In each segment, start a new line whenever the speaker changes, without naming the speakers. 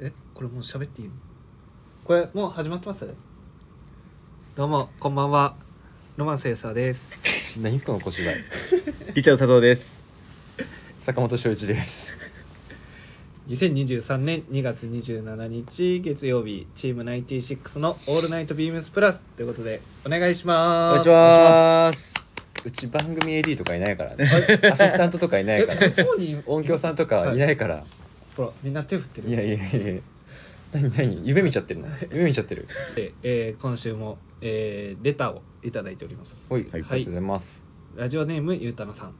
えこれもう喋っていいのこれもう始まってますどうもこんばんはロマンセイサーです
何この小芝居
リチャード佐藤です。
坂本翔一です
2023年2月27日月曜日チーム96の「オールナイトビームスプラス」ということでお願いし
こ
ま
ん
す
にちは。
うち番組 AD とかいないからねアシスタントとかいないから
えここに
音響さんとかいないから、
ほらみんな手振ってる
い、やいやいやいや何何夢見ちゃってるの夢見ちゃってる
でえー今週も、えーレターをいただいております
ほい、
はい
ありがとうございます
ラジオネームゆうたのさん
あ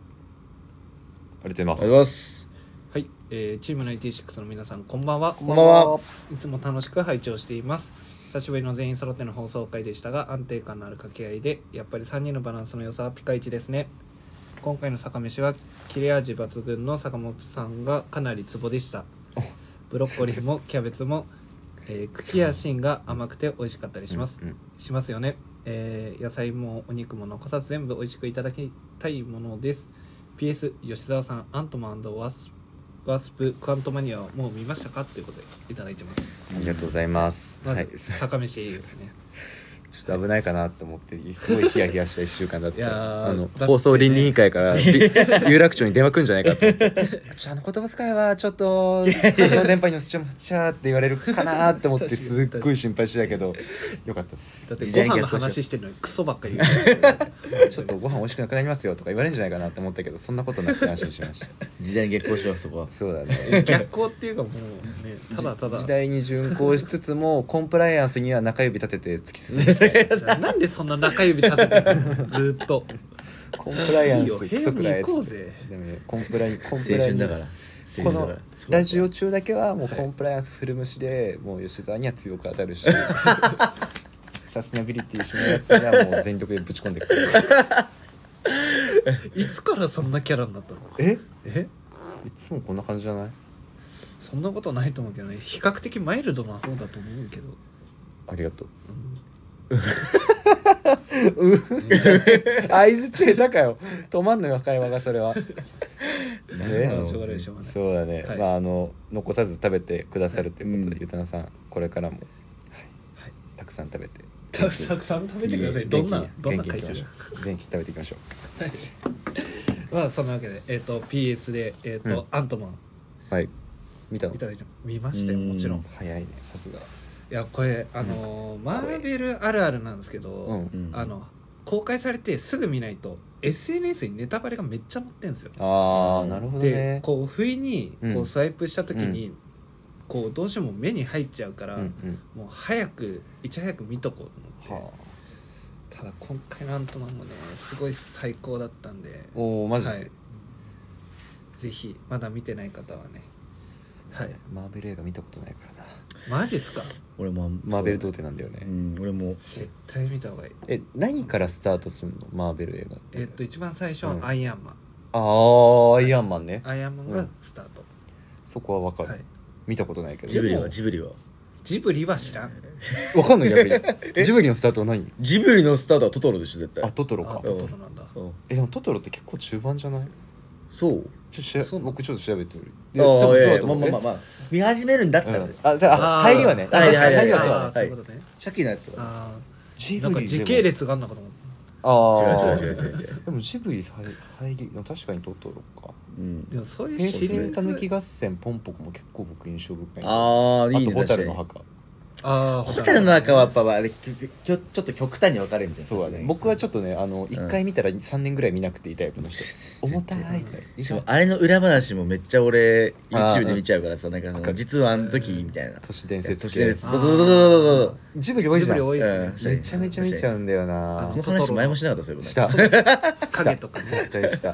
りがとうご
お
ざ
はいようござい
ます
ます。
はい、えーチーム96の皆さんこんばんはこ
んばんはい
つも楽しく拝聴しています久しぶりの全員揃っての放送回でしたが安定感のある掛け合いでやっぱり3人のバランスの良さはピカイチですね今回の坂飯は切れ味抜群の坂本さんがかなりツボでしたブロッコリーもキャベツも、えー茎や芯が甘くて美味しかったりします、
うんうん
しますよね、えー野菜もお肉も残さず全部美味しくいただきたいものです PS 吉沢さんアントマンワスワスプクアントマニアはもう見ましたかということでいただいてます
ありがとうございます、
ま
は
ず
い、ちょ
坂飯です ね、
っと危ないかなと思ってすごいヒヤヒヤした1週間だっ
い
た
やー
あの
だってね
放送倫理委員会 からび有楽町に電話来るんじゃないかと思って「ちょあの言葉遣いはちょっと東京電波に乗せちゃっちゃ」って言われるかなって思って
確かに
すっごい心配してたけどよかったです
だって
事
ご
前
飯の
にやってほしい
話してるのにクソばっかり言う
ちょっとご飯美味しくなくなりますよとか言われるんじゃないかなって思ったけどそんなことなくて安心しました
時代に逆行しようそこは。
そうだ ね
逆行っていうかもうねただた
時
だ
代に順抗しつつもコンプライアンスには中指立てて突き進 んでいきたい
なんでそんな中指立ててるのずーっと
コンプライア
いい
ン
よ
ス
平
クソく
に
らい
行こうぜ
でもねコンプライコン
青
プライ
春だから。
こ
青春だか
の
らそう
ラジオ中だけはもうコンプライアンス古虫で、もう吉沢には強く当た るしサステナビリティしないやつにはもう全力でぶち込んでくる
いつからそんなキャラになったの
え
え
いつもこんな感じじゃない
そんなことないと思うけどね比較的マイルドな方だと思うけど
ありがとう合図中だかよ止まんのよ会話がそれはね
まあ
あの
しょうがないしょうがない
そうだね、
はい
まああの残さず食べてくださるということで、
うん
ゆたなさんこれからも、はい
はい
たくさん食べて
たくさん食べてくださいどん
元気
な
に
どんな
元気
会
に
社
い
だ
きましょう元気に食べていきましょ
まあそんなわけで、えっと PS で、えっとアントマン
うはい見たの
いただいて見ましたよ
うん
もちろんい
早いねさすが
やこれあのーマーベルあるあるなんですけど、
うん、
うん
あの公開されてすぐ見ないと SNS にネタバレがめっちゃ載ってんですよ
ああ
うん
なるほど
で
ね
こう不意にこ
う
うんスワイプした時に、こうどうしても目に入っちゃうから、
うんうん
もう早くいち早く見とこうと思って、
は
ただ今回の「アントマン」もねすごい最高だったんで
あおおマジで、
はいぜひまだ見てない方はねはい
マーベル映画見たことないからな
マジっすか
俺も
マーベル童貞なんだよね、
うん俺も
絶対見た方がいい
え何からスタートするのマーベル映画って
えっと一番最初は
うん
アイアンマン、
ああアイアンマンね
アイアンマンがスタート、
そこはわかる、
はい
見たことないけど
ジブリ
でも
はジブリは。
ジブリは知らん
わかんない逆にジブリのスタートは何
ジブリのスタートはトトロでしょ絶対。
あトトロ
あ
か
トトロなんだ
うん
えでもトトロって結構中盤じゃない
そ
ちょ
う。
っとし
そう
ら
なの
僕ちょっと調べてみる
あ
多分
ー
そう
え
だ
え
と
まあ
思う
まあまあまあ見始めるんだったらね。
あじゃあ
ー
入りはね
入り
確かに
入り
はそ
あ
うだ
ー
ね
そういうことね、
さっきのやつは。
あ
ジ
ーなんか時系列があんのかと思っ
ああ
違う違う違う違う違う
でもジブリ入入り確かにトトロか
うん
たで。もそういう
平
シ
成
リーズ
たぬき合戦ポンポコも結構僕印象深いあ
ああいい
と
ね。
ホタル
確
の
かに
墓
ああ
ホタルの墓はやっぱあれきょきょちょっと極端に分かれるんです
そうだね僕はちょっとねあの一回見たら3年ぐらい見なくていいタイプの人重たい
しかもあれの裏話もめっちゃ俺
あー
YouTube で見ちゃうからさなんかそ
わか
の
る
実はあの時みたいな
都市伝
いや
説
都市伝説
系
そうそうそうそうそうそう
ジブリ多い
ジブ
じゃ
リ
ん
多いで
うん
すね、
そう
めちゃめちゃ見ちゃうんだよな
あ
この話前もしなかったそういえば
した
影とかね
絶対した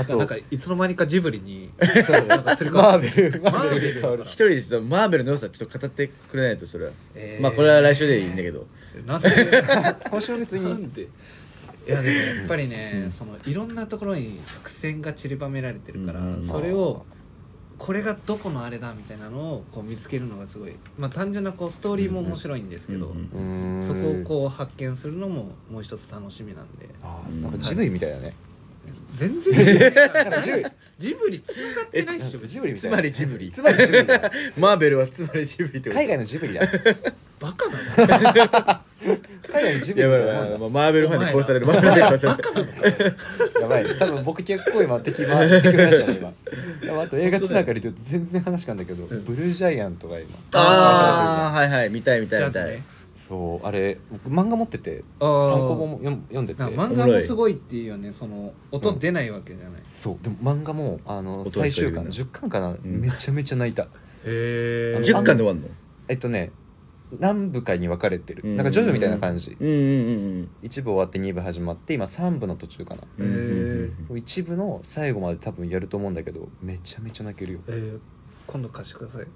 あと
なんかいつの間にかジブリ に
そう
なんかすり替
マ
わっ
ーベルマ
マー
ー
ベ
ベ
ルだ
ル変
か
わ
ら
る
一人でちょっとマーベルの良さちょっと語ってくれないとそれは、
えー
まあこれは来週でいいんだけど
なんで
今週は別
な
に
んでいやでもやっぱりね、そのいろんなところに伏線が散りばめられてるから、
うん
それをこれがどこのあれだみたいなのをこう見つけるのがすごい、まあ、単純なこうストーリーも面白いんですけど、
うん
うーん
そこをこう発見するのももう一つ楽しみなんで
あーなんかジブリみたいだね
全然強くないなんかジブリジブリ強がってないっ しょ
ジブリみた
つ
いな
まりジブリ
つまりジブリだ
マーベルはつまりジブリってこと
海外のジブリだ
バカなの
海外のジブリ
や
み
ばい
た
や
い
ばい
なも
や
ん
ばいマーベルファンに殺されるマーベルファンに殺される
だやばい多分僕結構今敵回してきましたね 今いやあと映画つながりで言うと全然話変わるんだけど、ブルージャイアントが今
ああはいはい見たい見
ジ
たい
ャ
見
ズ
たい
ね
そうあれ僕漫画持ってて
あー
単行本も読ん読んでて
なんか漫画もすごいっていうよねその音出ないわけじゃない、へ
そうでも漫画もあの
音が
最終
入
巻
る
10巻かな、
ん
めちゃめちゃ泣いた
え
10巻で終わんの
えっとね何部かに分かれてる、
うん
なんかジョジョみたいな感じ、
うんうん
一部終わって二部始まって今三部の途中かな、
うんうんうん
へ
一部の最後まで多分やると思うんだけどめちゃめちゃ泣けるよ
えー、今度貸してください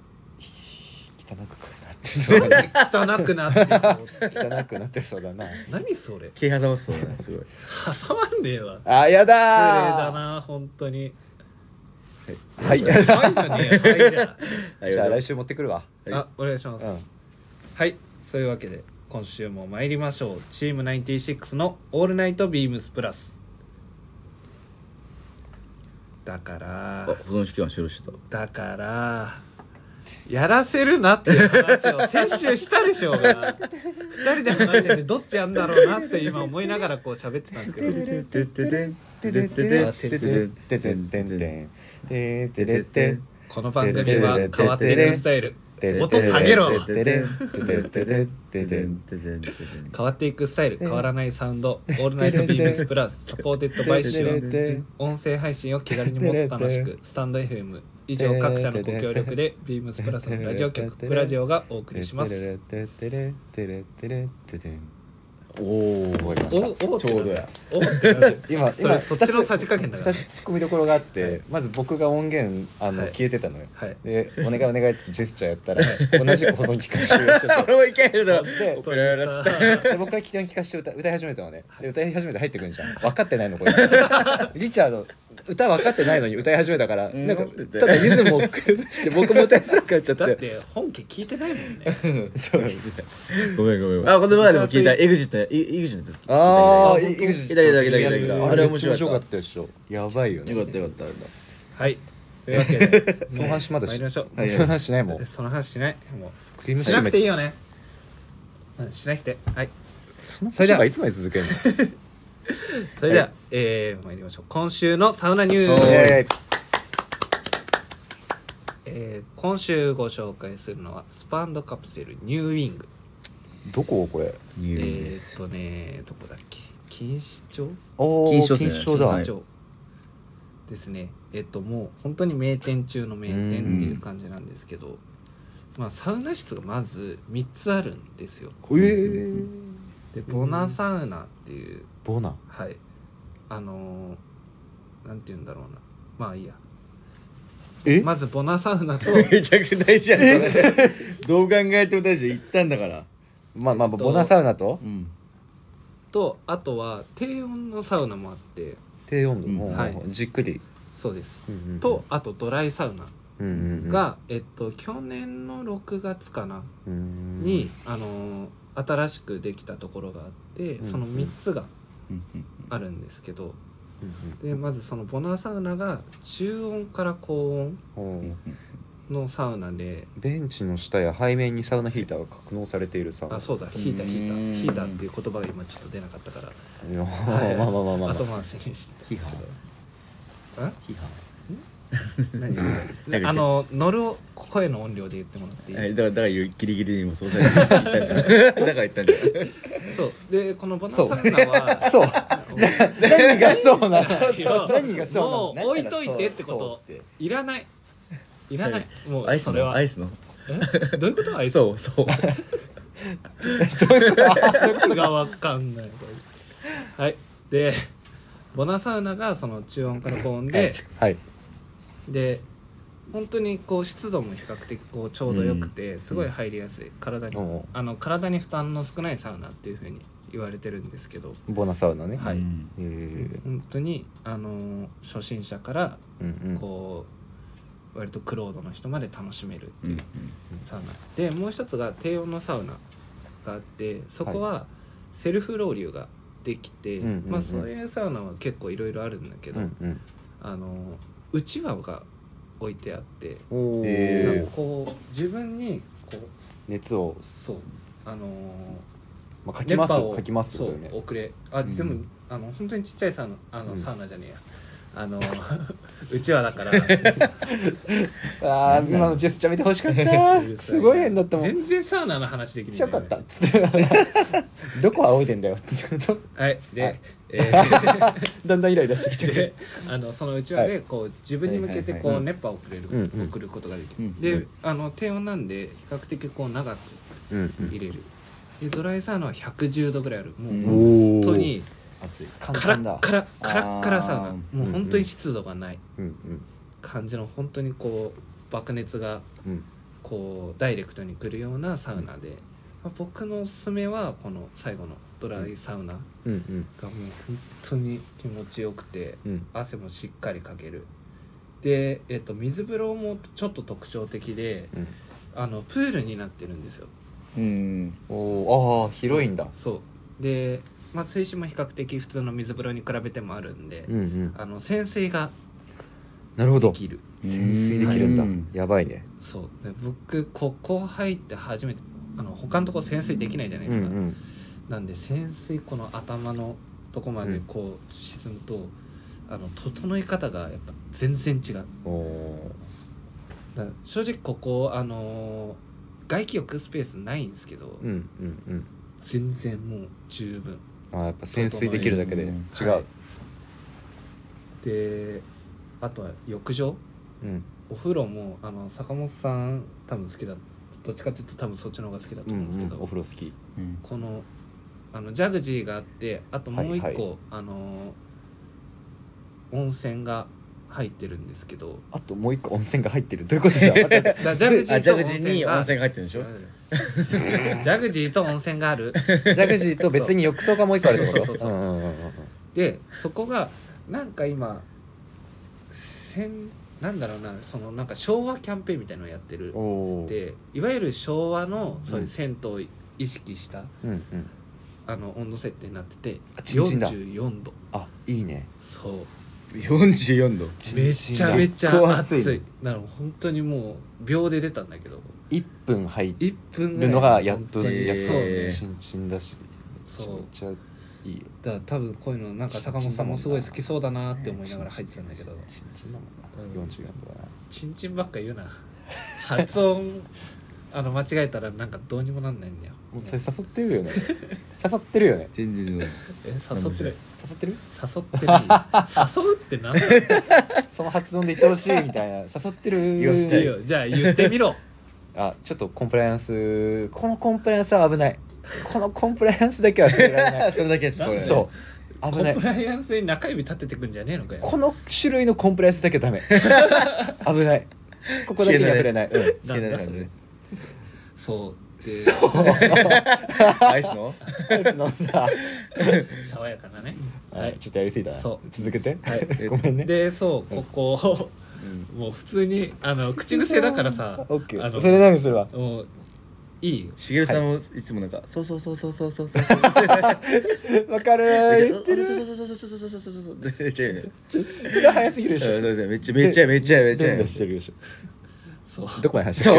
汚くなって
汚くなってそう
汚くなってそうだな
何それ
毛挟まそうだねすごい
挟まんねえわ
あ
失
や
礼だ
だ
な本当に
ーはい
はいじゃねえよはいじゃ
じゃあ来週持ってくるわ
ああお願いします、
うん
はいそういうわけで今週も参りましょうチーム96の「オールナイトビームスプラス」だから
あ保存式は終了してた
だからやらせるなっていう話を先週したでしょうが2人で話しててどっちやんだろうなって今思いながらこう喋ってたんですけどこの番組は変わっていくスタイル音下げろ変わっていくスタイル変わらないサウンド「オールナイトビームスプラス」サポーテッドバイシュア音声配信を気軽にもっと楽しくスタンド FM 以上各社のご協力でビームスプラスのラジオ局プラジオがお送りします
おお終わりま
おおってなんだ
ちょうどや
おってなんだ
今
それそっちの
2
さじ加減だから
つツッコミどころがあってまず僕が音源あの消えてたのよ
はい
で「お願いお願い」っつってジェスチャーやったら同じく保存期間終了しちゃっ
俺もいけるだろ
で
ペラペラっつって
で僕が聞きな聞かして歌歌い始めたのねで歌い始めて入ってくるんじゃん分かってないのこれリチャード歌分かってないのに歌い始めたから
うん
なんか
なんて
ただリズムを崩して僕も歌いづらくなっちゃっ
だってて本家聞いてないもんね
そう
ごめんごめんあこの前でも聞いたエグジットエグジット
ああい
い
い
たいたいたいたいたあれ面白
か
か
っ
った
でしょやばいよ
たよ
ね
かったよかった
はいというわけで
その話まだし
参りましょう
その話しないもん
その話しないも
クリー
う
ム
し
シ
な
ュ
く
メ
ていいよねうんしなくてはい
それじゃあいつまで続けるの
それでは、えー、参りましょう今週のサウナニュー
お
ス
ー
え
えー今週ご紹介するのはスパンドカプセルニューウィング
ーどここれ
ニュー
え
で
ー、っ
す
とねどこだっけ錦糸町
お
金賞っす
金
ね
賞
は
錦
だ
い
糸町ですねえっともう本当に名店中の名店っていう感じなんですけど、まあ、サウナ室がまず3つあるんですよ
えー
でボナサウナっていう、
ボナ
はいあのー、なんて言うんだろうなまあいいや
え
まずボナサウ ナと
めちゃくちゃ大事やんそれどう考えても大事行ったんだから
まあま
え
あ
っと
ボナサウナと
うん
とあとは低温のサウナもあって
低温度も
うん
はい
じっくり
そうです
うんうんうん
とあとドライサウナ
うんうんうん
が、えっと、去年の6月かな
に
に、あのー新しくできたところがあって、
うん
その3つが
うんうん
あるんですけどでまずそのボナーサウナが中温から高温のサウナで
ベンチの下や背面にサウナヒーターが格納されているサウナ
あそうだヒーターヒータ
うん
ーヒーターっていう言葉が今ちょっと出なかったから、
いや
はい
まあまあまあまあ
後回しにして
批判
あ
批判
何それあの乗る声の音量で言ってもらっていい、
はい、だから、だから言う、ギリギリにもそうだよ。言ったんじゃないだから言ったんじゃない。
そうでこのボナーサウナは
そう何がそうなの何がそうな
も
の
う置いといてって
そう
こ
そうって
といらないいらないも
ア
う
イス
それ
の、
は
アイスの。
えどういうことアイス
そう、そう。
がわかんないはいでボナサウナがその中温から高温で
はい
で本当にこう湿度も比較的こうちょうどよくて、すごい入りやすい体に、
おう
あの体に負担の少ないサウナっていうふうに言われてるんですけど
ボナサウナね
はい
うん
えー
本当にあのー初心者から
うんうん
こう、割とクロードの人まで楽しめる
うんうん
サウナでもう一つが低温のサウナがあってそこはセルフロウリュができて、
うんうんうん
まあ、そういうサウナは結構いろいろあるんだけど、
うん
あのうちわが置いてあって、
うんおー
え
な
ー
んかこう自分にこう
熱を、
そうあのー
まあ、かきます
熱波を
かきますっ
そう
てことだよね
遅れあ、
ん
でもあの本当にちっちゃいサウナあの、
うん
サウナじゃねえやあの うちわだから
あー
うん
今のジェスチャー見てほしかっ
うる
た
さ
すごい変だったもん
全然サウナの話できない
しよかったっつって どこ仰いでんだよ っつって
はいで、
はい
えー
だんだんイライラしてきて
であのそのうちわでこう自分に向けてこ
は
う
い
熱波を送れる、
うんうん
送ることができる、
うん
で、
うん
あの低温なんで比較的こう長く
うん
入れる、でドライサウナは110度ぐらいあるもう、
うん
本
おお
当に
熱い
簡
カラ
単
ッ
だ
カラカラッカラサウナ
あー
もう本当に湿度がない
うんうん
感じの本当にこう爆熱が
うん
こうダイレクトに来るようなサウナで、まあ僕のおすすめはこの最後のドライサウナがも
うんうん
う本当に気持ちよくて
うん
汗もしっかりかけるで、えっと、水風呂もちょっと特徴的で
うん
あのプールになってるんですよ
うん
おーあー広いんだ
そうで、まあ、水深も比較的普通の水風呂に比べてもあるんで、
うんうん
あの潜水が
なるほ
で
ど
きる
潜水できるんだ
うん
やばいね
そうで僕ここ入って初めてあの他のとこ潜水できないじゃないですか、
ん
なんで潜水この頭のとこまでこう沈むと、あの整え方がやっぱ全然違うだか
うんお
ら正直ここあのー外気浴スペースないんですけど、
ーうんうん
全然もう十分
うんあーやっぱ潜水できるだけで違う
うん
はいであとは浴場
うん
お風呂もあの坂本さん多分好きだどっちかっていうと多分そっちの方が好きだと
う
思うんんですけ
う
ど、
んお風呂好き
うん
このあのジャグジーがあってあともう一個、
はいは
あの温泉が入ってるんですけ ど
あともう一個温泉が入ってるどういう ことだ待って
だからジャグジ
あ
ー
ジ
と
ャ
温
グジー
泉
に
が
温泉が入ってるんでしょ
うんジャグジーと温泉がある
ジャグジーと別に浴槽がもう一個あるってこと
そうそうそうそう
うんうんうんうん
でそこがなんか今せんなんだろうなそのなんか昭和キャンペーンみたいなのをやってる
おー
でいわゆる昭和のそういう銭湯を意識した、
うんうん
あの温度設定になってて
あチンチンだ
44度
あいいね
そう
44度
めちゃめち
結構
ゃ暑
暑
い
いね
だから本当にもう秒で出たんだけど
1分入
1分ぐら
る
い
のがやっと
本当に
やっ
そう
と
ね
ちんちんだし
そう
めちゃめちゃいいよ
だから多分こういうのなんか坂本さんもすごい好きそうだなって思いながら入ってたんだけど
ちんちんだもん
う
なん44度だな
チンチンばっか言うな発音あの間違えたらなんかどうにもなんないんだよ
もうそれ誘ってるよね誘ってるよね
全然
え誘ってる
誘ってる
誘ってない誘うってなんだよ
その発音で言ってほしいみたいな誘ってる
言わせた
いい
い
よじゃあ言ってみろ
あちょっとコンプライアンスこのコンプライアンスは危ないこのコンプライアンスだけは忘れら れない
それだけはちょっとこれ
そう
コ
危
ン
ない
プライアンスに中指立ててくんじゃねえのかよ
この種類のコンプライアンスだけは ダメ危ないここだけには触れない、うん
聞けないからね
そうで
アイスの
飲んだ
爽やかなね
はい、ちょっとやりすぎたな
そう
続けて、
はい
ごめんね
でそうここ
うん
もう普通にあの口癖だからさ
オッケ
あ
ー
の
それ何すれば
もういいよ
しげるさんもいつもなんかそうそうそうそうそうそうそう
わかる言 ってる
め
ちょそれは早すぎるでしょ
っちゃめっちゃめっちゃめっちゃ
連打してるでしょ
そう
どこまで話してる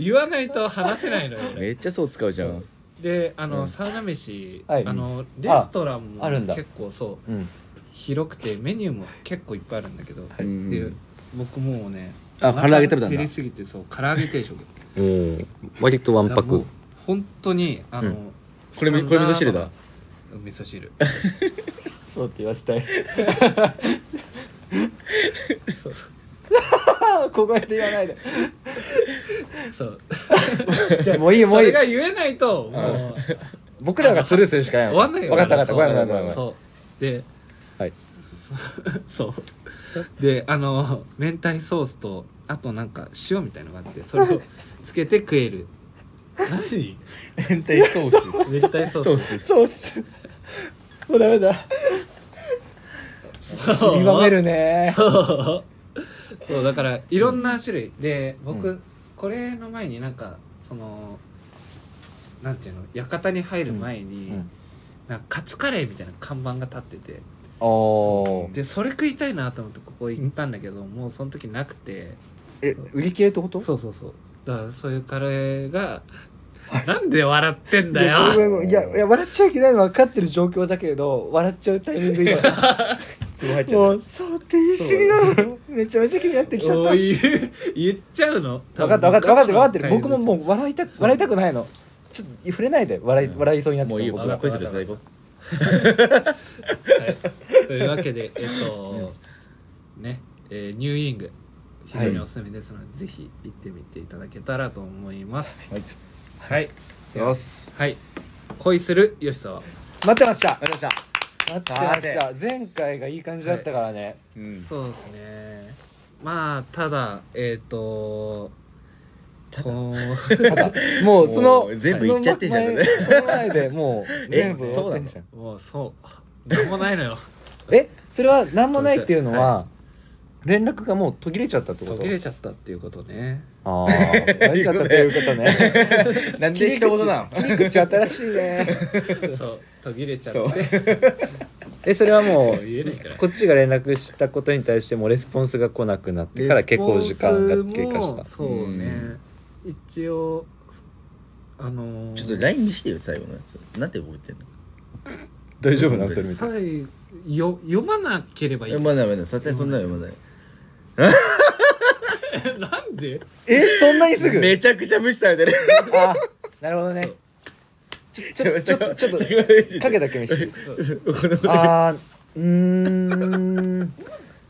言わないと話せないのよ
め
俺
っちゃそう使うじゃん
であの、
うん
サウナ飯、
はい
あのレストランも
あるんだ、
結構そう
ん、
広くてメニューも結構いっぱいあるんだけど、
い
で僕もうね
あ唐揚げ食べたんだ
お腹減りすぎてそう唐揚げ定食
おー割とわんぱ
も
く
う本当にあの、
う
ス
こ
タン
れ
ダー
これ味噌汁だ
うん味噌汁
そうって言わせたい
そう
小声で言わないで
そう
じゃあもういいもう
そ
いい
れが言えないともう
僕らがスルーするしかない
終わんないよ
分かった分かった
そう
ごめんごめんごめんごめん
そうで
はい
そうであの明太ソースとあとなんか塩みたいのがあってそれをつけて食える何
変態ソー
明太ソ
スソー
ース
ス
そうっすもうダメだ
そう
散りばめるね
そうそうだからいろんな種類で僕、
う
これの前になんかそのなんていうの館に入る前に、
うん
なんかカツカレーみたいな看板が立ってて
お
でそれ食いたいなと思ってここ行ったんだけど、もうその時なくて
え売り切れってこと
そうそうそうだからそういうカレーが なんで笑ってんだよ
いやごめんごめんいやいや笑っちゃいけないの分かってる状況だけれど笑っちゃうタイミング 今
つぼ入っちゃ
も
う
うそうって言い過ぎなのめちゃめちゃ気になってきちゃった
おい言っちゃうの
分かった分かった分かってる分かってる僕もも
う
う笑いたく笑いたくないのちょっと触れないで笑い,、
うん
笑いそうになって
もういいよ
僕
僕
が
が恋する最後
はい、というわけで、えっと、ね、えーニューイング、非常におすすめですので、ぜひ行ってみていただけたらと思います。
はい
はい。
よし
はい。恋する吉沢。
待ってました
ありました
待ってました前回がいい感じだったからね、
うん
そうですね。まあ、ただ、えっ、と、こ
ただ もうその
もう全部言っちゃってんじゃん
その前その前でもう
え
全部終わってんじゃん
う、もうそう、なんもないのよ。
えそれは何もないっていうのは、連絡がもう途切れちゃったってこと
途切れちゃったっていうことね。
ああ途切れちゃったっていうことね
なんで一言なの
切り口新しいね
そう、途切れちゃって。
えそれはもう
言えないから
こっちが連絡したことに対してもレスポンスが来なくなってから結構時間が経過した
レスポンスもそうね。一応、あのー
ちょっと LINE 見してよ最後のやつなんて覚えてんの
大丈夫なんそれみたい
さえよ読まなければいい
読まない読まないさすがにそんなの読まない
なんで
えそんなにすぐ
めちゃくちゃ無視されてる
あなるほどねちょちょっとちょっと影だけ見してあ ーうーん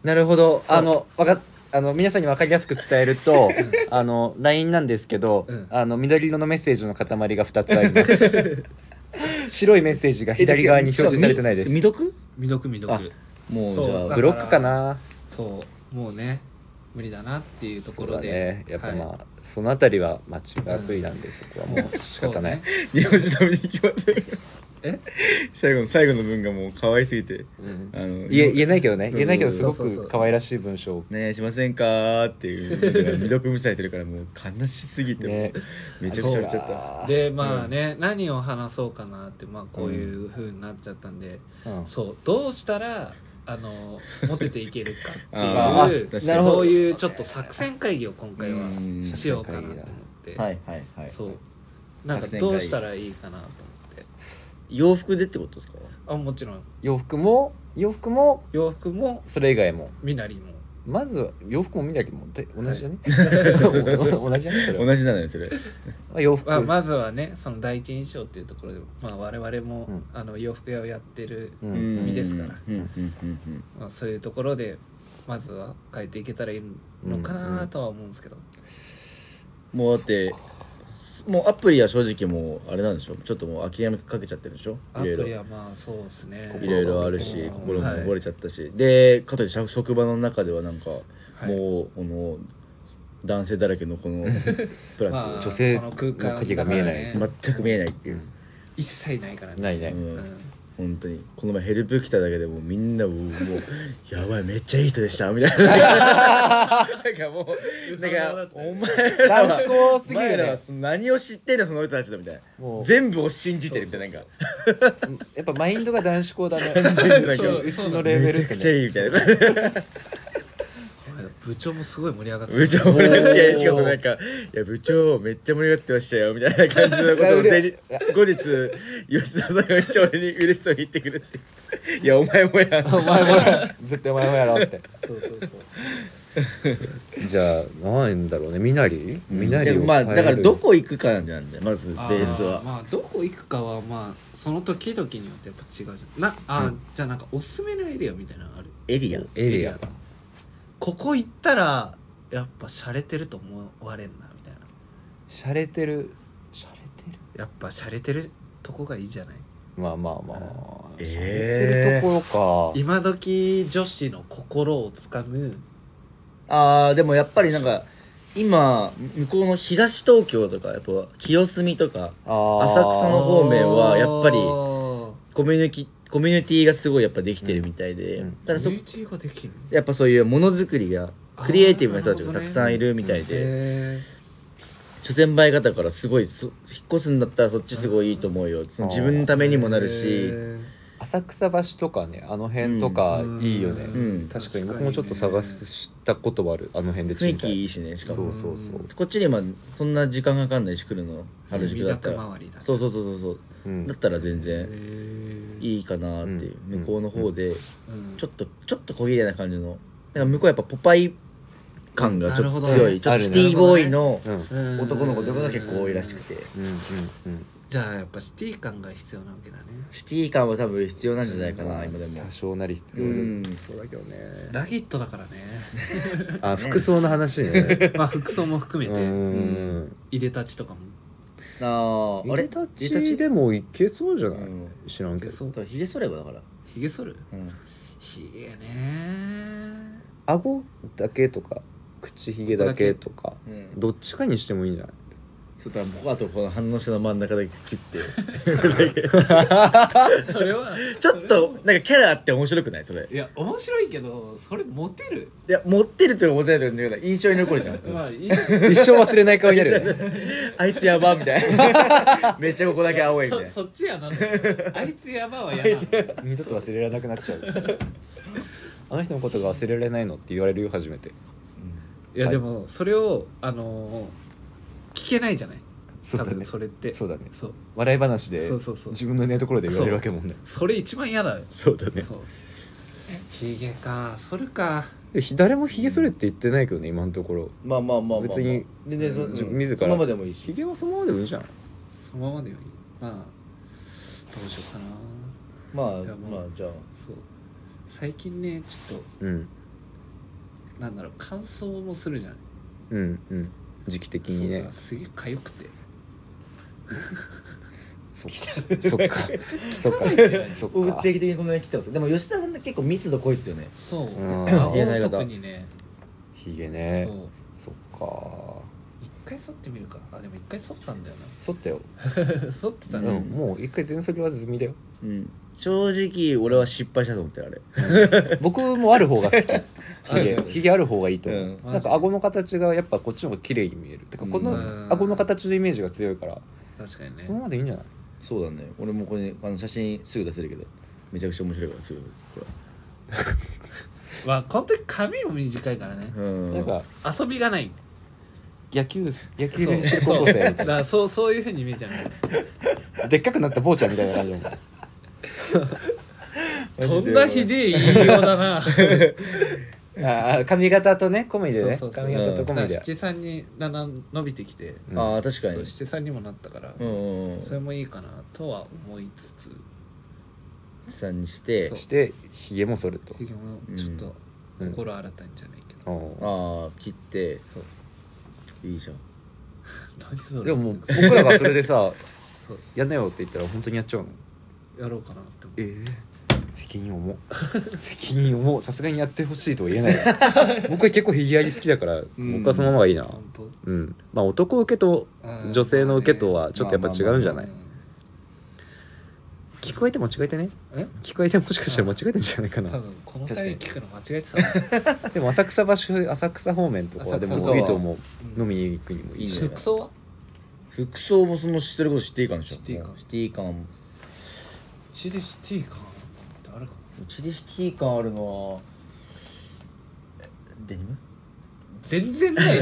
なるほどあのわかっあの皆さんに分かりやすく伝えるとあの LINE なんですけど、
うん
あの緑色のメッセージの塊が2つあります 白いメッセージが左側に表示されてないです
未読
未読未読
もう
そう
じゃ
だ
あ
ブロックかな
そうもうね無理だなっていうとこ
そう
ろ
だ
で
ねやっぱまあ、
はい
そのあたりはマッチングアプリなんで、そこはもう仕方ない、
日本酒飲みに行きません
え
最後の最後の文がもう可愛すぎて
うん
あの
言え言えないけどね
そう
言えないけどすご
そうそうそ
く
う
可愛らしい文章を
お願いしませんかーっていうのが未読無視されてるからもう悲しすぎて、
ね
めちゃくちゃ笑っちゃった
あ
でまあね、何を話そうかなってまあこういう風になっちゃったんで、
そうかうん
そうどうしたらあのモテていけるか
あ
っ
ー
ていう
確かに
そういうちょっと作戦会議を今回は
うん
しようかなと思って、
はいはいはい
そうなんかどうしたらいいかなと思って
洋服でってことですか
あもちろん
洋服も洋服も
洋服も
それ以外も
身なりも
まずは洋服も見なきゃもで同じじゃね、 同じじゃねそれは、
同じなのよそれ
まあ、洋服、
まあ、まずはねその第一印象っていうところで、まあ、我々も、
うん
あの洋服屋をやってる、
うん
身ですから
うんうんうんうん
まあ、そういうところでまずは変えていけたらいいのかなとは思うんですけど、
もうだってもうアプリは正直もうあれなんでしょちょっともう諦めかけちゃってるでしょ
アプリ
いろ
はまあそうですね
いろいろあるし
うん
心も溺
はい
れちゃったし、でかといって職職場の中ではなん
い
か、もうこの男性だらけのこ のプラス、
まあ
女性
この空間
の影が見えない
だからね
全く見えないっていう、
一切ないからね
ないね、
うん
うん
本当にこの前ヘルプ来ただけでもうみんなもう もう「やばいめっちゃいい人でした」みたいななんかもうなんか「お前ら
男子校すぎ
前
る
らは
ね
何を知ってんのその人たちだ」みたい
も
な
う
全部を信じてるみたいななんか
やっぱマインドが男子校だね
然なんか
そううちのレベル
めちゃくちゃいいみたいな
この間部長もすごい盛り上がって
部長盛り上がってしかもなんか「いや部長めっちゃ盛り上がってましたよ」みた いな感じのことを全に後日吉田さんがめっちゃ俺に嬉しそうに言ってくるって「いやお前もやん
お前もや絶対お前もやろうって
そうそうそう
じゃあ何だろうねみなりみな
で
り
も
を
まあ
変え
だから
る
どこ行くかなんじゃんまずベ
あ
ースは
まあどこ行くかはまあその時々によってやっぱ違うじゃんなあ、じゃあなんかおすすめのエリアみたいなのある
エリア
エリア
ここ行ったらやっぱ洒落てると思われんなみたいな
洒落てる洒落てる
やっぱ洒落てるとこがいいじゃない
まあまあまあ
え
洒落
え
てるところか
今時女子の心をつかむ
あーでもやっぱりなんか今向こうの東東京とかやっぱ清澄とか
あー
浅草の方面はやっぱり
り
コミュニティコミュニティがすごいやっぱできてるみたいで、
うん
ただそ
UT ができる
やっぱそういうものづくりがクリエイティブな人たちがたくさんいるみたいで、
へ
諸先輩方からすごいそ引っ越すんだったらそっちすごいいいと思うよその自分のためにもなるし
へ
浅草橋とかねあの辺とか
うん
いいよね、
うん
確か
確かに
に
ね
僕もちょっと探したことはあるあの辺で
雰
賃
囲気
貸
いいしねしか
そ
も
うそうそう、
こっちで今そんな時間がかかんないし来るの原宿だったら
墨田区周りだし
そうそうそうそうそう
うん
だったら
え
全然
ー
いいかなっていう、
うん
向こうの方で
うん
ちょっとちょっと小切れな感じのなんか向こうやっぱポパイ感がちょっと
なるほど
強
ね
いちょっとシティボーイの
うんうん
うん
男の子ということが結構多いらしくて
うんうん
じゃあやっぱシティ感が必要なわけだね
シティ感は多分必要なんじゃないかな今でも
多少なり必
う
要で、
ん
そうだけどね
ラギットだからね
あ服装の話 ね
まあ服装も含め
う
て
ん
いでたちとかも
あーあ
あ
れ
れ立ちでもいけそうじゃない、
うん
知らん
い
け
け
ど
そう
ひげ剃ればだから、
ひげ剃る
うん、
ひげね
顎だけとか口ひげだけとか
うん
どっちかにしてもいいんじゃない
そしたらもうあとこの反応しの真ん中だけ切って
それは
ちょっとなんかキャラあって面白くないそれ
いや面白いけどそれモテる
いや持ってるとか持ってないとかじゃなくて印象に残るじゃん
まあいい
一生忘れない顔になるよね
あいつやばみたいな めっちゃここだけ青いみたいな
そそっちやなあいつやばはやな
二度と忘れられなくなっちゃう あの人のことが忘れられないのって言われるよ初めて
いやでもそれをあのー聞けないじゃない
そ
多
うだね
分それって
そうだね
そう
笑い話で
そうそうそう
自分のいないところで言われるわけもんね
それ一番嫌だよ
そうだね
そうひげか剃るか
誰もひげ剃れって言ってないけどね今のところ
まあまあまあまあまあ
別に
全然
う
そ、
ん
うん
自ら
そのままでもいい
ひ
し
げはそのままでもいいじゃん
そのままでもいいまあどうしようかな
まあ
いやま
ま
あ
あじゃあ
そう最近ねちょっ
うん
となんだろう乾燥もするじゃない
うんうん時期的に
そう
ね
だすげえかゆくて
そっ かそっかそっかそ
僕
っか
定期的にこの辺切ってますでも吉田さんって結構密度濃いっすよね
そう
うん
顎特にね
ひげ
そう
ねそっか
一回剃ってみるかあでも一回剃ったんだよ
剃ったよ、
な剃ってた
うん
ね、
もう一回全剃りは済みだよ
うん正直俺は失敗したと思ってるあれ
僕もある方 が好きひ
ある
げ
よね
ひげある方がいいと思う、
うん
なんか顎の形がやっぱこっちの方が綺麗に見えるてかこ
うん
の顎の形のイメージが強いから
確かにね
そのままでいいんじゃない
そうだね俺もこれあの写真すぐ出せるけどめちゃくちゃ面白いからすぐこ
まあこの時髪も短いからね
れうん
なんか
遊びがない
野球す野球
そう
練習
そ
高
う
校生
だ
みた
か
いな
らそうそういうふうに見えちゃうね
でっかくなった坊ちゃんみたいな感じだもん
マジ
と
で
んだひでえ言いようだな
ああ髪型とね込みでね
そうそうそう
髪型と込みで
七三にだんだん伸びてきて、
うん
ああ確か
そ
に
う七三にもなったから、
うんうんうん
それもいいかなとは思いつつ
さんにして
そう
してひげも剃ると
ひげもちょっと心新たにじゃないけど、
あ
ああ切って
そう
いいじゃん
何それ
あでももう僕らがそれでさ
そう
やんなよって言ったら本当にやっちゃうの
やろうかなって思う
ええ責任重 責任重さすがにやってほしいとは言え ないな僕は結構ひげあり好きだから、
ん
僕はそのままがいいな
本当
うんまあ男受けと
うん
女性の受けとはちょっとやっぱ違うんじゃない、
うん
聞こえて間違えてね
え
聞こえてもしかしたら間違えてんじゃないか
多
な
分この
確か
回
に
聞くの間違えてたわ
でも浅草橋浅草方面とかはで
浅
も
草
いいと思
う
うん飲みに行くにもいい
いい
し
ね
服装は
服装もその知ってること知っていいかもしれ
シ
な
テ
い
ィ感
シティ感
うちでシティかって あるかな
うちでシティ感あるのはデニム
全然ない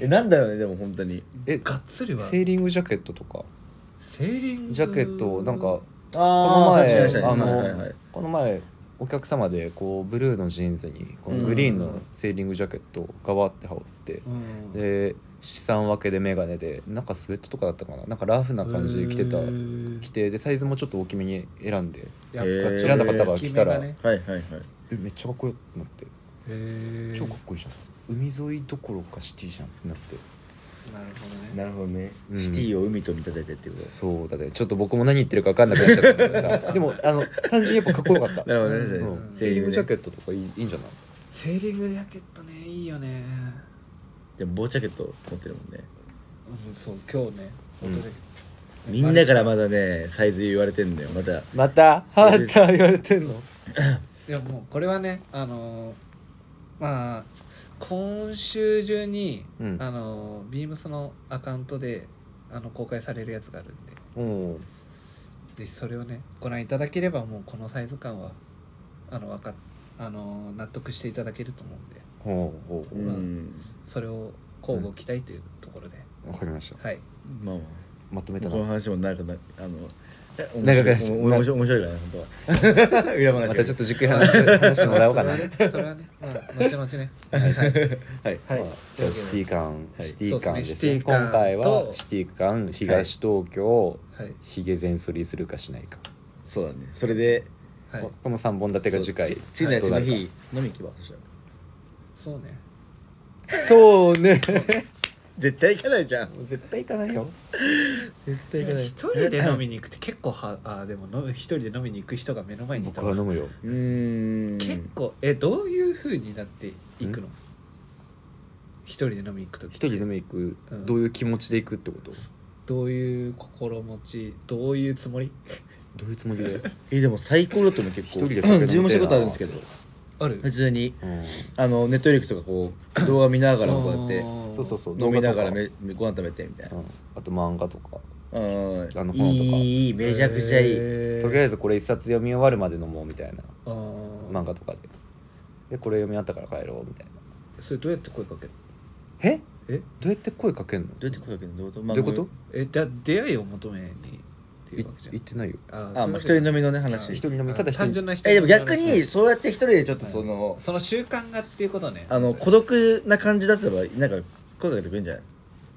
えなんだよねでも本当に
え
がっつりは
セーリングジャケットとか
セーリング
ジャケットをなんか
あ
この前
確か
あ
にはいはいは
の
い
この前お客様でこうブルーのジーンズにこのグリーンのセーリングジャケットをガバって羽織って
うん
で七三分けで眼鏡でなんかスウェットとかだったかななんかラフな感じで着てた
うーん
着てでサイズもちょっと大きめに選んで
やっぱ
えー
ちょ
選んだ
方が来た
大
ら
きめがね
はいはいはい
えめっちゃかっこよってなって
へー
超かっこいいじゃん海沿いどころかシティじゃんってなって
なるほどね
なるほどね、
うん
シティを海と見立ててってこと
そうだねちょっと僕も何言ってるか分かんなくなっちゃったんだけどさでもあの単純にやっぱかっこよかった
なるほどねそれ
うん
セ
セー
ーリ
リ
ン
ング
グね
ジャケットとかいいいいんじゃない
セーリングジャケットねいいよね
でも棒ジャケット持ってるもんね
うんそう今日ね
うん
本当に
みんなからまだねサイズ言われてんだよまだ
また
そ
ハ
うで
ー
す
ター言われてんの
いやもうこれはねあのーまあ今週中に、
うん
あのビームスのアカウントであの公開されるやつがあるんで
うん
ぜひそれをねご覧いただければもうこのサイズ感はあのわかっあの納得していただけると思うんで
ほうほうほ
うん
それを交互期待というところで、
うわかりました
はい
まあま
まとめ
あ
た
この
な
話も長くなあのえ
長くなっちゃう
面白い面白いからね本 当は裏話が
またちょっとじっくり話して話してもらおうかな
それ
はい
はねそれはね、まあ、後々ね
はい
はい
じゃあシティ感
はい
シティ
そうですね
感ですね
シティ感
今回は
と
シティ感東東京
はい
ヒゲ全剃りするかしないか
そうだねそれで
はい
この3本立てが次回
そうつ次の休みの日
はい
飲み行けばそしたら
そうね
そうね
絶対行かないじゃん
もう絶対行かないよ
絶対
一人で飲みに行くって結構はあでも飲む一人で飲みに行く人が目の前にいた
僕
わ
は飲むよ
うーん
結構えどういう風になって行くの一人で飲みに行く時
一人で飲みに行く
うん
どういう気持ちで行くってこと
どういう心持ちどういうつもり
どういうつもりで
えでも最高だと思う結構
一人で酒飲みたいな
自分もしたことあるんですけど
ある
普通に
うん
あのネットフリックスとかこう動画見ながらこうやって
そうそうそう
飲みながら
動画
めご飯食べてみたい
とかうんあと漫画とか
なうん
あの本とか
いいいいめちゃくちゃいい
とりあえ
ず
ずこれ一冊読み終わるまで飲もうみたいな
あ
漫画とかででこれ読み終わったから帰ろうみたいな
それどうやって声かける
え
え
どうやって声かけんの
どうやって声かけるのどういうこと
ど
ま
う
あ
いうこと
えだ出会いを求めにってい
いう
わけじゃん
言ってないよ
あ
あま
そ
あ一
う
人
いうわけ
飲みのね
あ
話
一人飲み
あ
ただ一人
単純な一人
えでも逆
飲み
に
の話
そうやって一人でちょっとその、
その習慣がっていうことね
あの孤独な感じ出せばなんか声かけてくれるんじゃない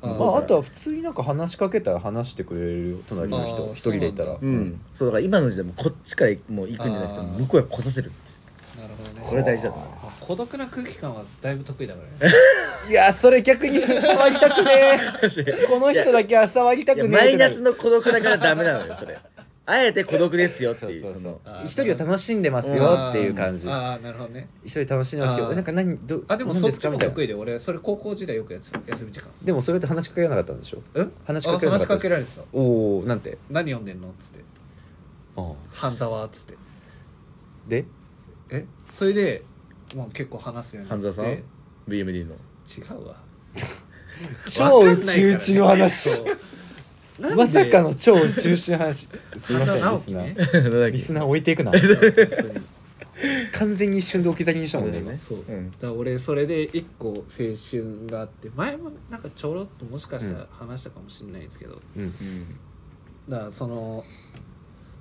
あ
まあ、
ー
あとは普通になんか話しかけたら話してくれるよ隣の
あ
人
ー
一人でいたら
そううん
そうだから今の時代もこっちからもう行くんじゃなく
あー
て向こうへ来させる
なるほどね
これ大事だと思う
孤独な空気感はだいぶ得意だからね
いやそれ逆に騒ぎたくねえこの人だけは騒ぎた
いや
くね
マ
え
イナスの孤独だからダメなのよそれあえて孤独ですよって
そう
いう
そう
そ
そう
の
あー
一人を楽しんでます よっていう感じ
ああなるほどね
一人楽しんでますけど
あー
えなんか何ど
あでも
何
そっ
す
ち
か
も
みたいな
得意で俺それ高校時代よくやつ休み時間
でもそれって話しかけられなかったんでしょ
うん
話しかけられなかった
あ話しかけられてた
おおなんて
何読んでんのっつって「半沢」っつって
で
えそれでもう結構話すようになっ
半
て
沢さん BMD の
違うわ
超内々の話まさ かの超中心な 話すいま
半沢
せ
直樹
んリスナ
ね
ー
なんだっけ
リスナー置いて いくな完全に一瞬で置き去りにしたもんね今
そう、
うん
だから俺それで一個青春があって前もなんかちょろっともしかしたら話したかもしれないですけど、
うん
うん
だからその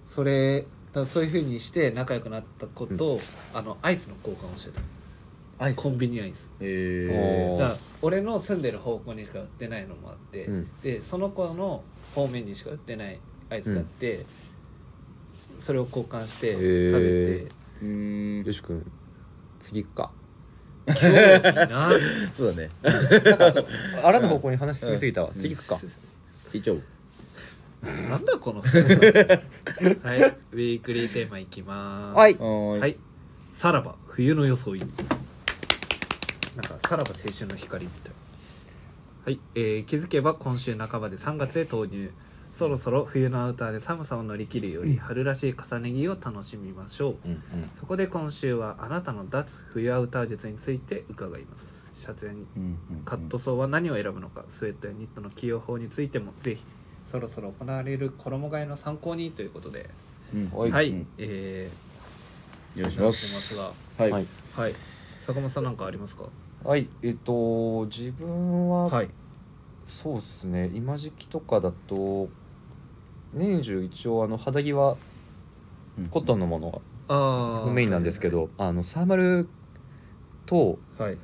それだからそういうふうにして仲良くなった子と、あのアイスの交換をしてた
アイ
コンビニアイス
え
お
だ
ー
から俺の住んでる方向にしか売ってないのもあって、
うん
でその子の方面にしか売ってないアイスがあって、それを交換して
ー
食
うーん
よし君次行くか
べて、興味ない
そうだね
あらぬ方向に話し進みすぎたわ、次行くか、
以上
なんだこの 人はいウィークリーテーマいきます
はい
は
はい
さらば冬の装いなんかさらば青春の光みたいはい、えー気づけば今週半ばで3月へ投入そろそろ冬のアウターで寒さを乗り切るより春らしい重ね着を楽しみましょう
うん
そこで今週はあなたの脱冬アウター術について伺いますシャツやにカットソーは何を選ぶのかスウェットやニットの起用法についてもぜひそろそろ行われる衣替えの参考にということで
うん
はい
はい、
うん
え
お願いし
ー、
ま
し
す
ます
は
はいい、
がはい坂本さんなんかありますか
はい、えっと自分は、
はい
そうっすね今時期とかだと年中一応あの肌着はコットンのもの
あ
がメインなんですけど、あのサーマルと、
はい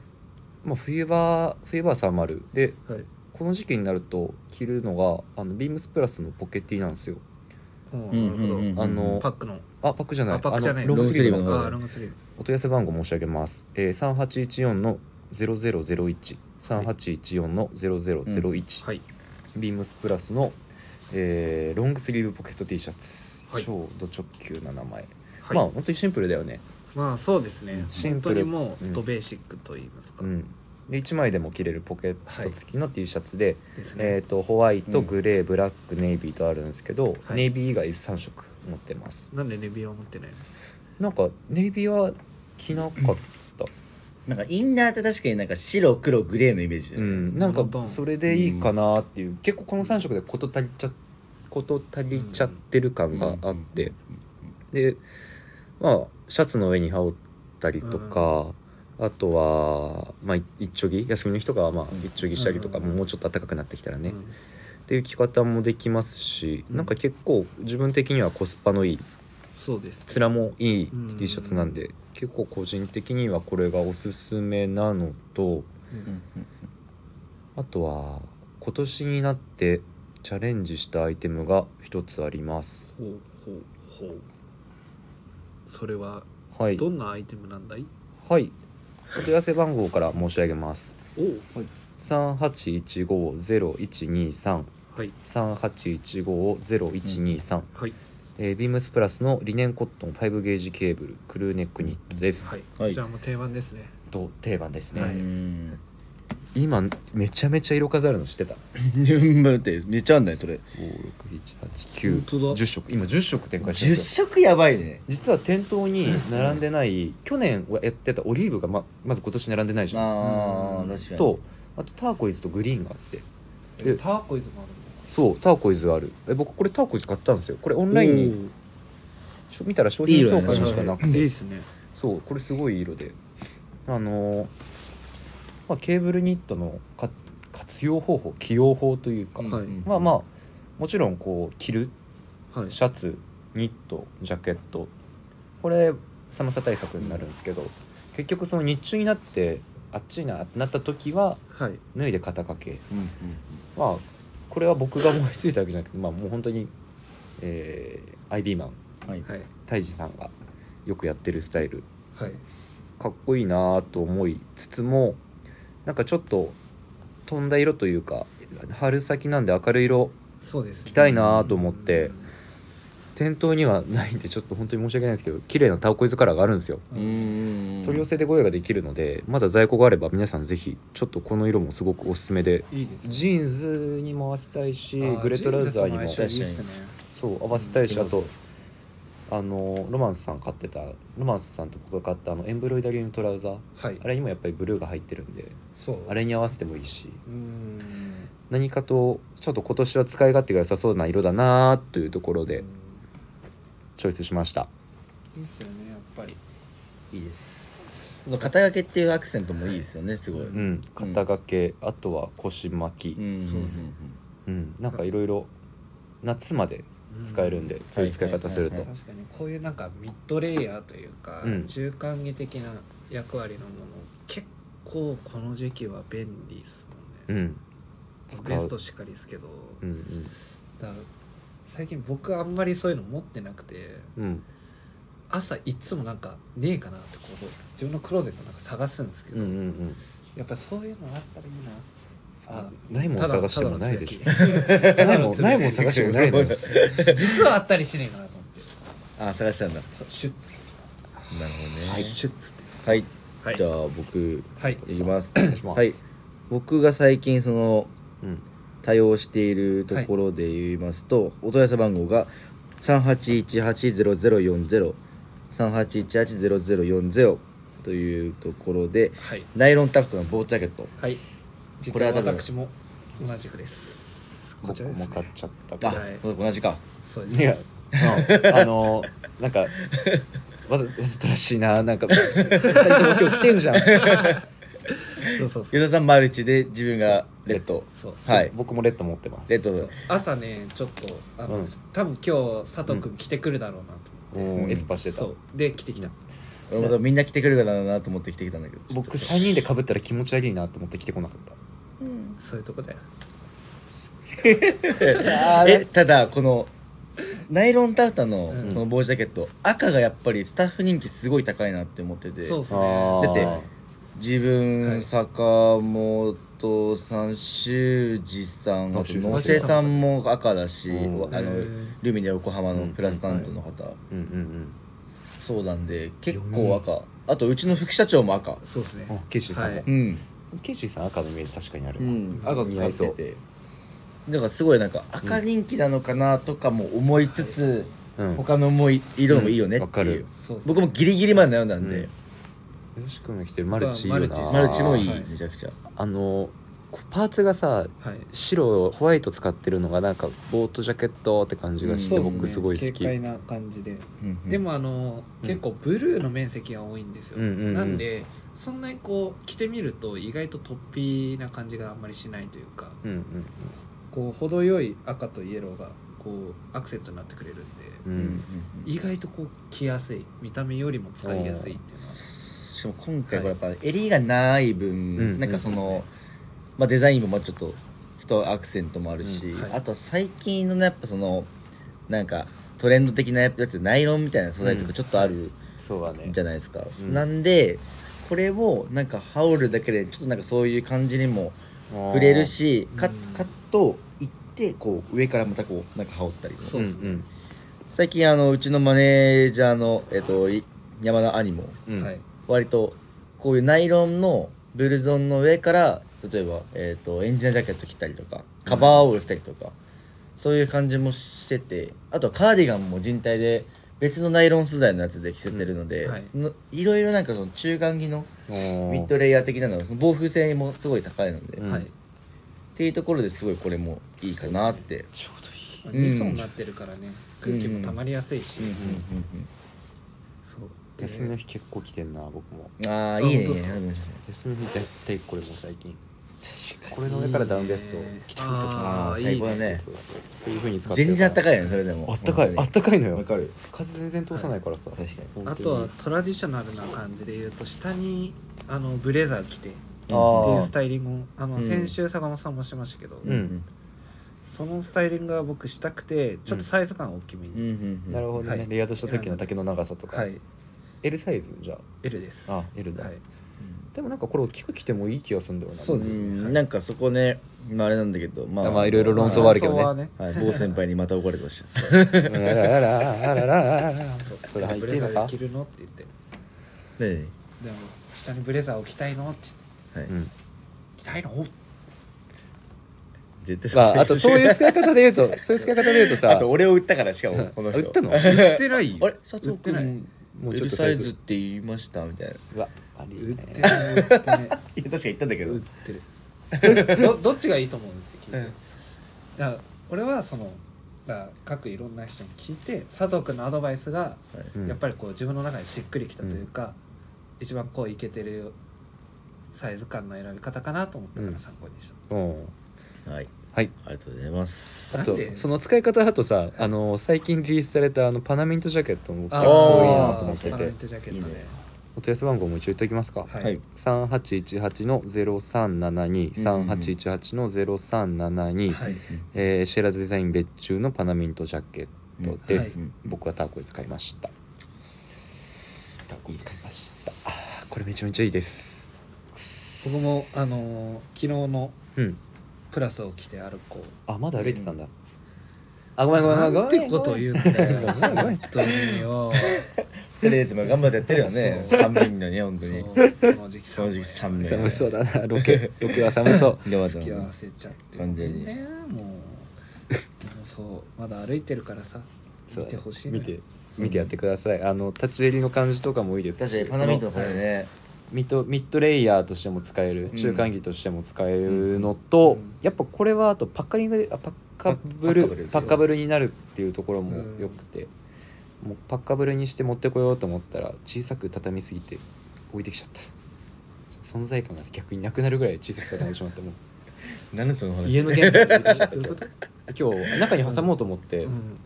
まあ、冬場冬場はサーマルで
はい
この時期になると着るのがあのビームスプラスのポケティなんですよ
うん
うん
なる
うんうんうん
ほ
あの
どパックの
あパックじゃない
あパックじゃない
あのロングスリーブ
ロ
の
ングスリーブの
あーロングスリーブ
お問い合わせ番号申し上げます、えー、3814の0001 3814の0001、
はい
ビームスプラスの、えーロングスリーブポケット T シャツ、
はい
超ド直球な名前、
はい
まあ
まあ、
本当にシンプルだよね、
そうですね
シ
本
ン
当
プ
に
ル
もう、
うん
ドベーシックと言いますか、
うん、で1枚でも着れるポケット付きの T シャツで、
ですね、
えー、とホワイトグレー、ブラックネイビーとあるんですけど、
はい
ネイビー以外3色持ってます
なんでネビオ持ってないの
なんかネイビーは着なかった、
なんかインナーって確かになんか白黒グレーのイメージだ
う
よね
ん、なん
なるほ
か
ど
それでいいかなっていう、結構この3色で事足りちゃ事足りちゃってる感があって、でまあシャツの上に羽織ったりとか、あとはまあい一丁着休みの日とかはまあ一丁着したりとか、
うん
もうちょっと暖かくなってきたらね、
うん
っていう着方もできますし、
うん
なんか結構自分的にはコスパのいい
そうです
面もいい
うん
T シャツなんで、結構個人的にはこれがおすすめなのと
うんうん
あとは今年になってチャレンジしたアイテムが一つあります
ほうほうほうそれは
はい
どんなアイテムなんだい
はいお問い合わせ番号から申し上げます
おおはい
3 8 1 5 0 1 2 3
はい
3 8 1 5 0 1 2 3
はい
えービームスプラスのリネンコットン5ゲージケーブルクルーネックニットです、
はい
じゃあもう定番ですね
と定番ですね、
はい
うん
今めちゃめちゃ色飾るの知ってた
うん待ってめっちゃあんねそれ
本当だ
5678910色今10色展開してるん
10
ですよ
色やばいね
実は店頭に並んでない去年やってたオリーブがままず今年並んでないじゃん
あ
うん
ー確かに
とあとターコイズとグリーンがあってえ
えターコイズもあるんだ
そうターコイズがあるえ僕これターコイズ買ったんですよこれオンラインにしょ見たら商品紹
おー
介
いい
の
色
し
だ
か
ね
なく
いい
て
ですね
そうこれすごい色であのーまあ、ケーブルニットのか活用方法起用法というか、
はい
まあまあもちろんこう着る
はい
シャツニットジャケットこれ寒さ対策になるんですけど結局その日中になってあっちいなってなった時は
はい
脱いで肩掛け
うんうん
まあこれは僕が思いついたわけじゃなくてまあもう本当にえー、アイビーマン
うんはい
はい
泰治さんがよくやってるスタイル
はい
かっこいいなと思いつつもなんかちょっと飛んだ色というか春先なんで明るい色
そうです
着
ね
たいなと思って店頭にはないんでちょっと本当に申し訳ないんですけど綺麗なタオコイズカラーがあるんですよ
う
うんんうんうん
取り寄せでご用ができるのでまだ在庫があれば皆さんぜひちょっとこの色もすごくおすすめで
いいですね
ジーンズにも合わせたいし
あー
グレートラウザーに
ジ
も
ンズとの相性いいですね
そう合わせたいし
う
あ
ん
とあのロマンスさん買ってたロマンスさんと僕が買ったあのエンブロイダリーのトラウザー
はい
あれにもやっぱりブルーが入ってるんで
そう
あれに合わせてもいいし
うーん
何かとちょっと今年は使い勝手が良さそうな色だなというところ
う
で
ん
チョイスしました
いいっすよねやっぱり
いいですその肩掛けっていうアクセントもいいですよねすごい
う
う
んん肩掛け、あとは腰巻き、
ん
そうね
うん、なんかいろいろ夏まで使えるんで、そういう使い方すると、
はいは
確かにこういうなんかミッドレイヤーというか、
うん
中間着的な役割のもの結構この時期は便利ですもんね、
うん使
ベ
う
ストしかりですけど、
うん
だから最近僕あんまりそういうの持ってなくて
うんうん
朝いつもなんかねえかなってこう自分のクローゼットなんか探すんですけ
うんう
ど、
んうん
やっぱそういうのあったらいいなあ
ないもん探してもないでしょ
ょ
ないもんないもん探してもないのよ
実はあったりしねえかなと思って
あ探したんだなる
そうシュッ
ほどね
シュッつって
はい
はい
じゃあ僕
はい
いきます
お願いします
はい僕が最近その
うん
多用しているところで言いますと、お問い合わせ番号が38180040 38180040というところで
はい
ナイロンタフトの防ジャケット
はい
こ
実
れ
は
は多分
私も同じくですこ
僕
ちらです
も買っ
ね
ちゃった
あ、
か
は
ら
い
同じか
そうで
いや、
す
うんあのなんかわざわざとらしいななんか2人とも今日来てんじゃん
そうそうそう
吉田さんマルチで自分がレッド
そう
はい
僕もレッド持ってます
レッド
そう朝ねちょっとあの、
うん
多分今日佐藤君来てくるだろうなと思って、
うんエスパーしてた
そうで来てきた、
俺も多分みんな来てくるかなと思って来てきたんだけど
僕3人で被ったら気持ち悪いなと思って来てこなかった
そういうとこだよ
えただこのナイロンタフタの
うん
この防ジャケット、赤がやっぱりスタッフ人気すごい高いなって思ってて
そうです
あ
ね
ー
だって自分、坂本さん修二さん
あ
あと
修二さん
野瀬さんも赤だし、
うん
あの
へー
ルミネ横浜のプラスタントの方、
うんうん
そうなんで結構赤あとうちの副社長も赤
そうですね
あケイシーさんも
はい
うん、
うんケイシーさん赤のイメージ確かにある
う
わ
ん、赤
似
似
合
合
い
い
そう
てだからすごいなんか赤人気なのかなとかも思いつつ、
うん
他のもい色もいいよね
うん
っていう、
わかる
そうっすね
僕もギリギリまで悩んだんで、
うんよし君が着てるマルチいいよ
あマルチ
な
マルチもいい、
はい
めちゃくちゃ
あのこうパーツがさ
はい
白ホワイト使ってるのがなんかボートジャケットって感じがして、
うんそうっすね
僕すごい好き
軽快な感じで、
うんうん
でもあの
うん
結構ブルーの面積が多いんですよ、
うんうんうん
なんでそんなにこう着てみると意外と突飛な感じがあんまりしないというか
うん
こう程よい赤とイエローがこうアクセントになってくれるんで
うんう
うんうん
ん
うん
意外とこう着やすい見た目よりも使いやすいっていうのは
しかも今回はやっぱ襟がない分、
うん
なんかそ
うん
の、まあ、デザインもまあちょっと人アクセントもあるし、
うんはい
あとは最近のねやっぱそのなんかトレンド的なやつナイロンみたいな素材と
うん
かちょっとある
そうだね
じゃないですか、
うん
なんでこれをなんか羽織るだけでちょっとなんかそういう感じにも触れるし
うん
カッカッと行ってこう上からまたこうなんか羽織ったりとか
そうっすね
ん
最近あのうちのマネージャーの、えっと、い山田兄も
うんうん
はい
割とこういうナイロンのブルゾンの上から例えば、えー、とエンジニアジャケット着たりとかカバーオール着たりとか、そういう感じもしててあとはカーディガンも人体で別のナイロン素材のやつで着せてるので、
うんはい
そのいろいろなんかその中間着の
お
ミ
ー
ッドレイヤー的なのがその防風性もすごい高いので、
うん
はい
っていうところですごいこれもいいかなって。
ちょうどいい
まあ
う
2層
ん
になってるからね空気も溜まりやすいし、
うんうん
そう
休みの日結構着てんな僕も
うんうんああいいね
あ本当ですか
休みの日絶対これもう最近これの上からダウンベスト着たりと
あ
か
ー
ー最高だね
そうそうそういうふうに使って
全然あった
い
かいよねそれでも
あったかいあったかいのよ
わかる
風全然通さないからさ、
確かに
あとはトラディショナルな感じで言うと下にあのブレザー着てっていうスタイリングをあの
うん
先週坂本さんもしましたけど、
うん
そのスタイリングは僕したくてちょっとサイズ感大きめ
うん
に、
うんうん
なるほどね、
はい
レイヤードした時の丈の長さとか、
はい
L サイズじゃ
L です
あ L だ
はい、
あでもなんかこれを着く着てもいい気がするんだよな
そうです、ねなんかそこね、まあ、あれなんだけどまあ
まあいろいろ論争はあるけどね
論争はね
はい、某先輩にまた怒られ てました
あらららららら
そう
それ入って
ブレ
いい
ザ
の
ー
か
着るのって言って
ね
でも下にブレザーを着たいのって
え、はい
うん
着たい の
絶対
まああとそういう使い方で言うとそういう使い方で言うと
あ
さ
と俺を売ったから しかもこの人
売ったの
言ってないよ
あれ佐藤
売ってない
君
もうちょ
L
っと
サ
サ
イ
イズ
ズって言いましたみたいないう
わあり
売っ
ね
て ない売ってない
や確か言ったんだけど
売ってる どどっちがいいと思うって聞いて、
うん
じゃあ俺はそのだから各いろんな人に聞いて佐藤君のアドバイスが
うん
やっぱりこう自分の中にしっくりきたというか、一番こういけてるサイズ感の選び方かなと思ったか
うん
ら参考にした、
うん
はい
はい
ありがとうございます
あ
なん
と
で
その使い方だとさあの最近リリースされたあのパナミントジャケットも僕
ああ
かっこいい
ー
なと思っ
パ
て
ラ
あ
メ
て
ントジャケット
いい
ね
ね
お問い合わせ番号も一応言っておきますか、
はい
はい
3818の03723818の0372、
はい、
えーシェラデザイン別注のパナミントジャケットです、
うんはい
僕はターコイズ買いましたターコイズ買いましたあーこれめちゃめちゃいいです
僕もあのー昨日の
うん
プラスを着て歩こう
あまだ歩いてたんだ、あごめんごめんごめんごめん
なんてこと言うんだよ本当によ
とりあえずまあ頑張ってやってるよね
そう
寒いのね本当に
そうその時期
正直寒い
寒そうだなロケロケは寒 そう
ではで
付き合
は
わせちゃって
完全に
ねもうでもそうまだ歩いてるからさ
そ
見
うだ
て
ね
ほしいの
見
よ
て見てやってくださいあの立ち襟の感じとかもいいですし
確かにパナミントの
そ
これね
ミッドミッドレイヤーとしても使える
うん
中間着としても使えるのと、
うん
やっぱこれはあとパッカリングであパッカブ
パッカブル
ル
です
パ
よ
ッカブルになるっていうところも
うん
よくて、もうパッカブルにして持ってこようと思ったら小さく畳みすぎて置いてきちゃった存在感が逆になくなるぐらい小さく畳んでしまってもう
何その話
家の玄関に置いてきちゃっ
どういうこと
た 今日中に挟もうと思って、
うん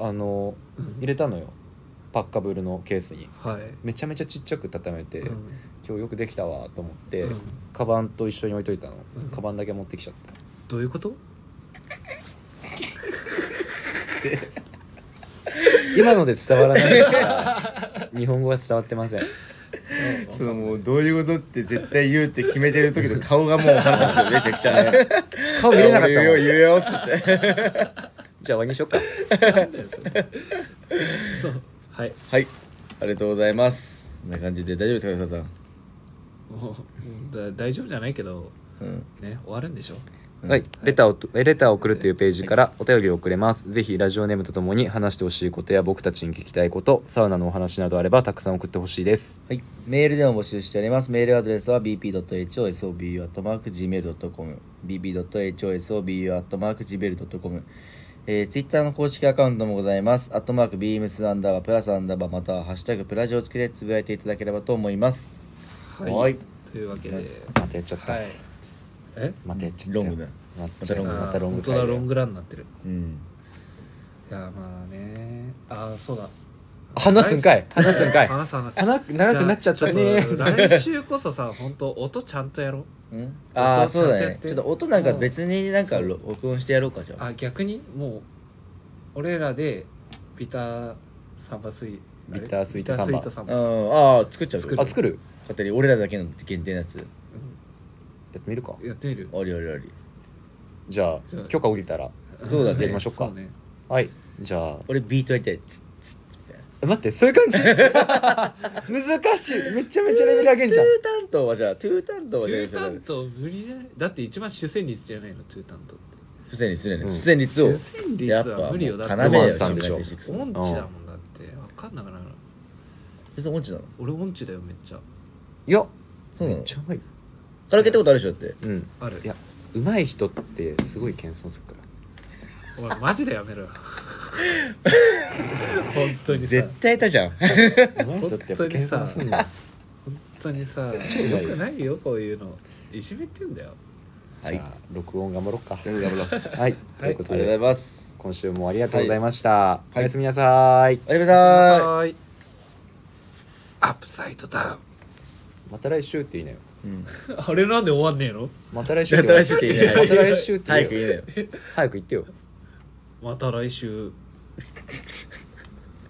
あの入れたのよパッカブルのケースに
はい
めちゃめちゃちっちゃく畳めて、
うん
今日よくできたわと思って、
うん
カバンと一緒に置いといたの、
うん
カバンだけ持ってきちゃった
どういうこと
今ので伝わらないから 日本語は伝わってません
そのもうどういうことって絶対言うって決めてる時の顔がもう話すよめちゃくちゃね
顔 見れなかっ
俺
たも
言うよ
ん
言うよって言って
じゃあ終わりにしようか
そうはい
はいありがとうございますこんな感じで大丈夫ですか吉田さん
もうだ大丈夫じゃないけど
うん
ね終わるんでしょ
はい、レターをとえレターを送るというページからお便りを送れます。ぜひラジオネームとともに話してほしいことや僕たちに聞きたいこと、サウナのお話などあればたくさん送ってほしいです。
はい、メールでも募集しております。メールアドレスは bp.hosobu.gmail.com bp.hosobu.gmail.com えー、ツイッターの公式アカウントもございます。アットマーク beams アンダーバープラスアンダーバーまたはハッシュタグプラジオをつけてつぶやいていただければと思います。
はい、
はい
というわけで、
またやっちゃった。
はい、え
またやっちゃった。
ロングだ。
またロング。
あー
またロング
本当
回
だ
だよ。
ロングランになってる
うん。
いやまあねああそうだ
話すんかい話すんかい
話す話す
話長くなっちゃったね
じゃあちょっと来週こそさ本当音ちゃんとやろう
うん、ああ
音をちゃんと
そうだ
やっ
ね
て
ちょっと音なんか別になんかろ録音してやろうかじゃあ
あ逆にもう俺らでビターサンバスイあれ
ビタースイートサンバ
ビタースイートサン
う
バ
んああ作っちゃう
作
作
る
あ作る？
勝手に俺らだけの限定のやつ
やってみるか。
やってみる
ありありあり
じゃあ
じゃあ
許可降りたら。
そうだね
やりましょうか
そね
はい。じゃあ
俺ビートやりたいつつつみたいな
え待ってそういう感 じ。難しい。めちゃめちゃレベル上げんじゃん。
トゥー担当はじゃあトゥー担当
ト
はじゃあ
ゥータント無理じゃないだって一番主戦率じゃないのトゥータントって
主戦率ね
うん
主戦率を
主戦率は無理よ
やっ
だ
ぱ
って
ロ
もう要だ
マン
よ
スさんでしょ
シックス
音
の
痴だもんだって分かんなくなる
別に音痴なの
俺音痴だよめっちゃ
いや
そう
め
な
っ
の
ちゃうまい。
カラオケってことあるでしょだって
うん。
ある
いや上手い人ってすごい謙遜するから。
お前マジでやめろ よ本当にさ
絶対いたじゃん
上手い人ってやっぱ謙遜するんだよ。
本当にさよ
うまいよ
くないよこういうのいじめてんだよ
は
じ
い
ゃあ録音頑張ろうか。
頑張ろうありがと
はい。ということ
うござい
で
ます
今週もありがとうございました。
い
おやすみなさい。
おやすみなさーい
はいアップサイドダウン
また来週っていいなよ。
うん
あれなんで終わんねえの
また来週
また来週って言えない
また来週って言えよ
早く言えよ
早く言ってよ。
また来週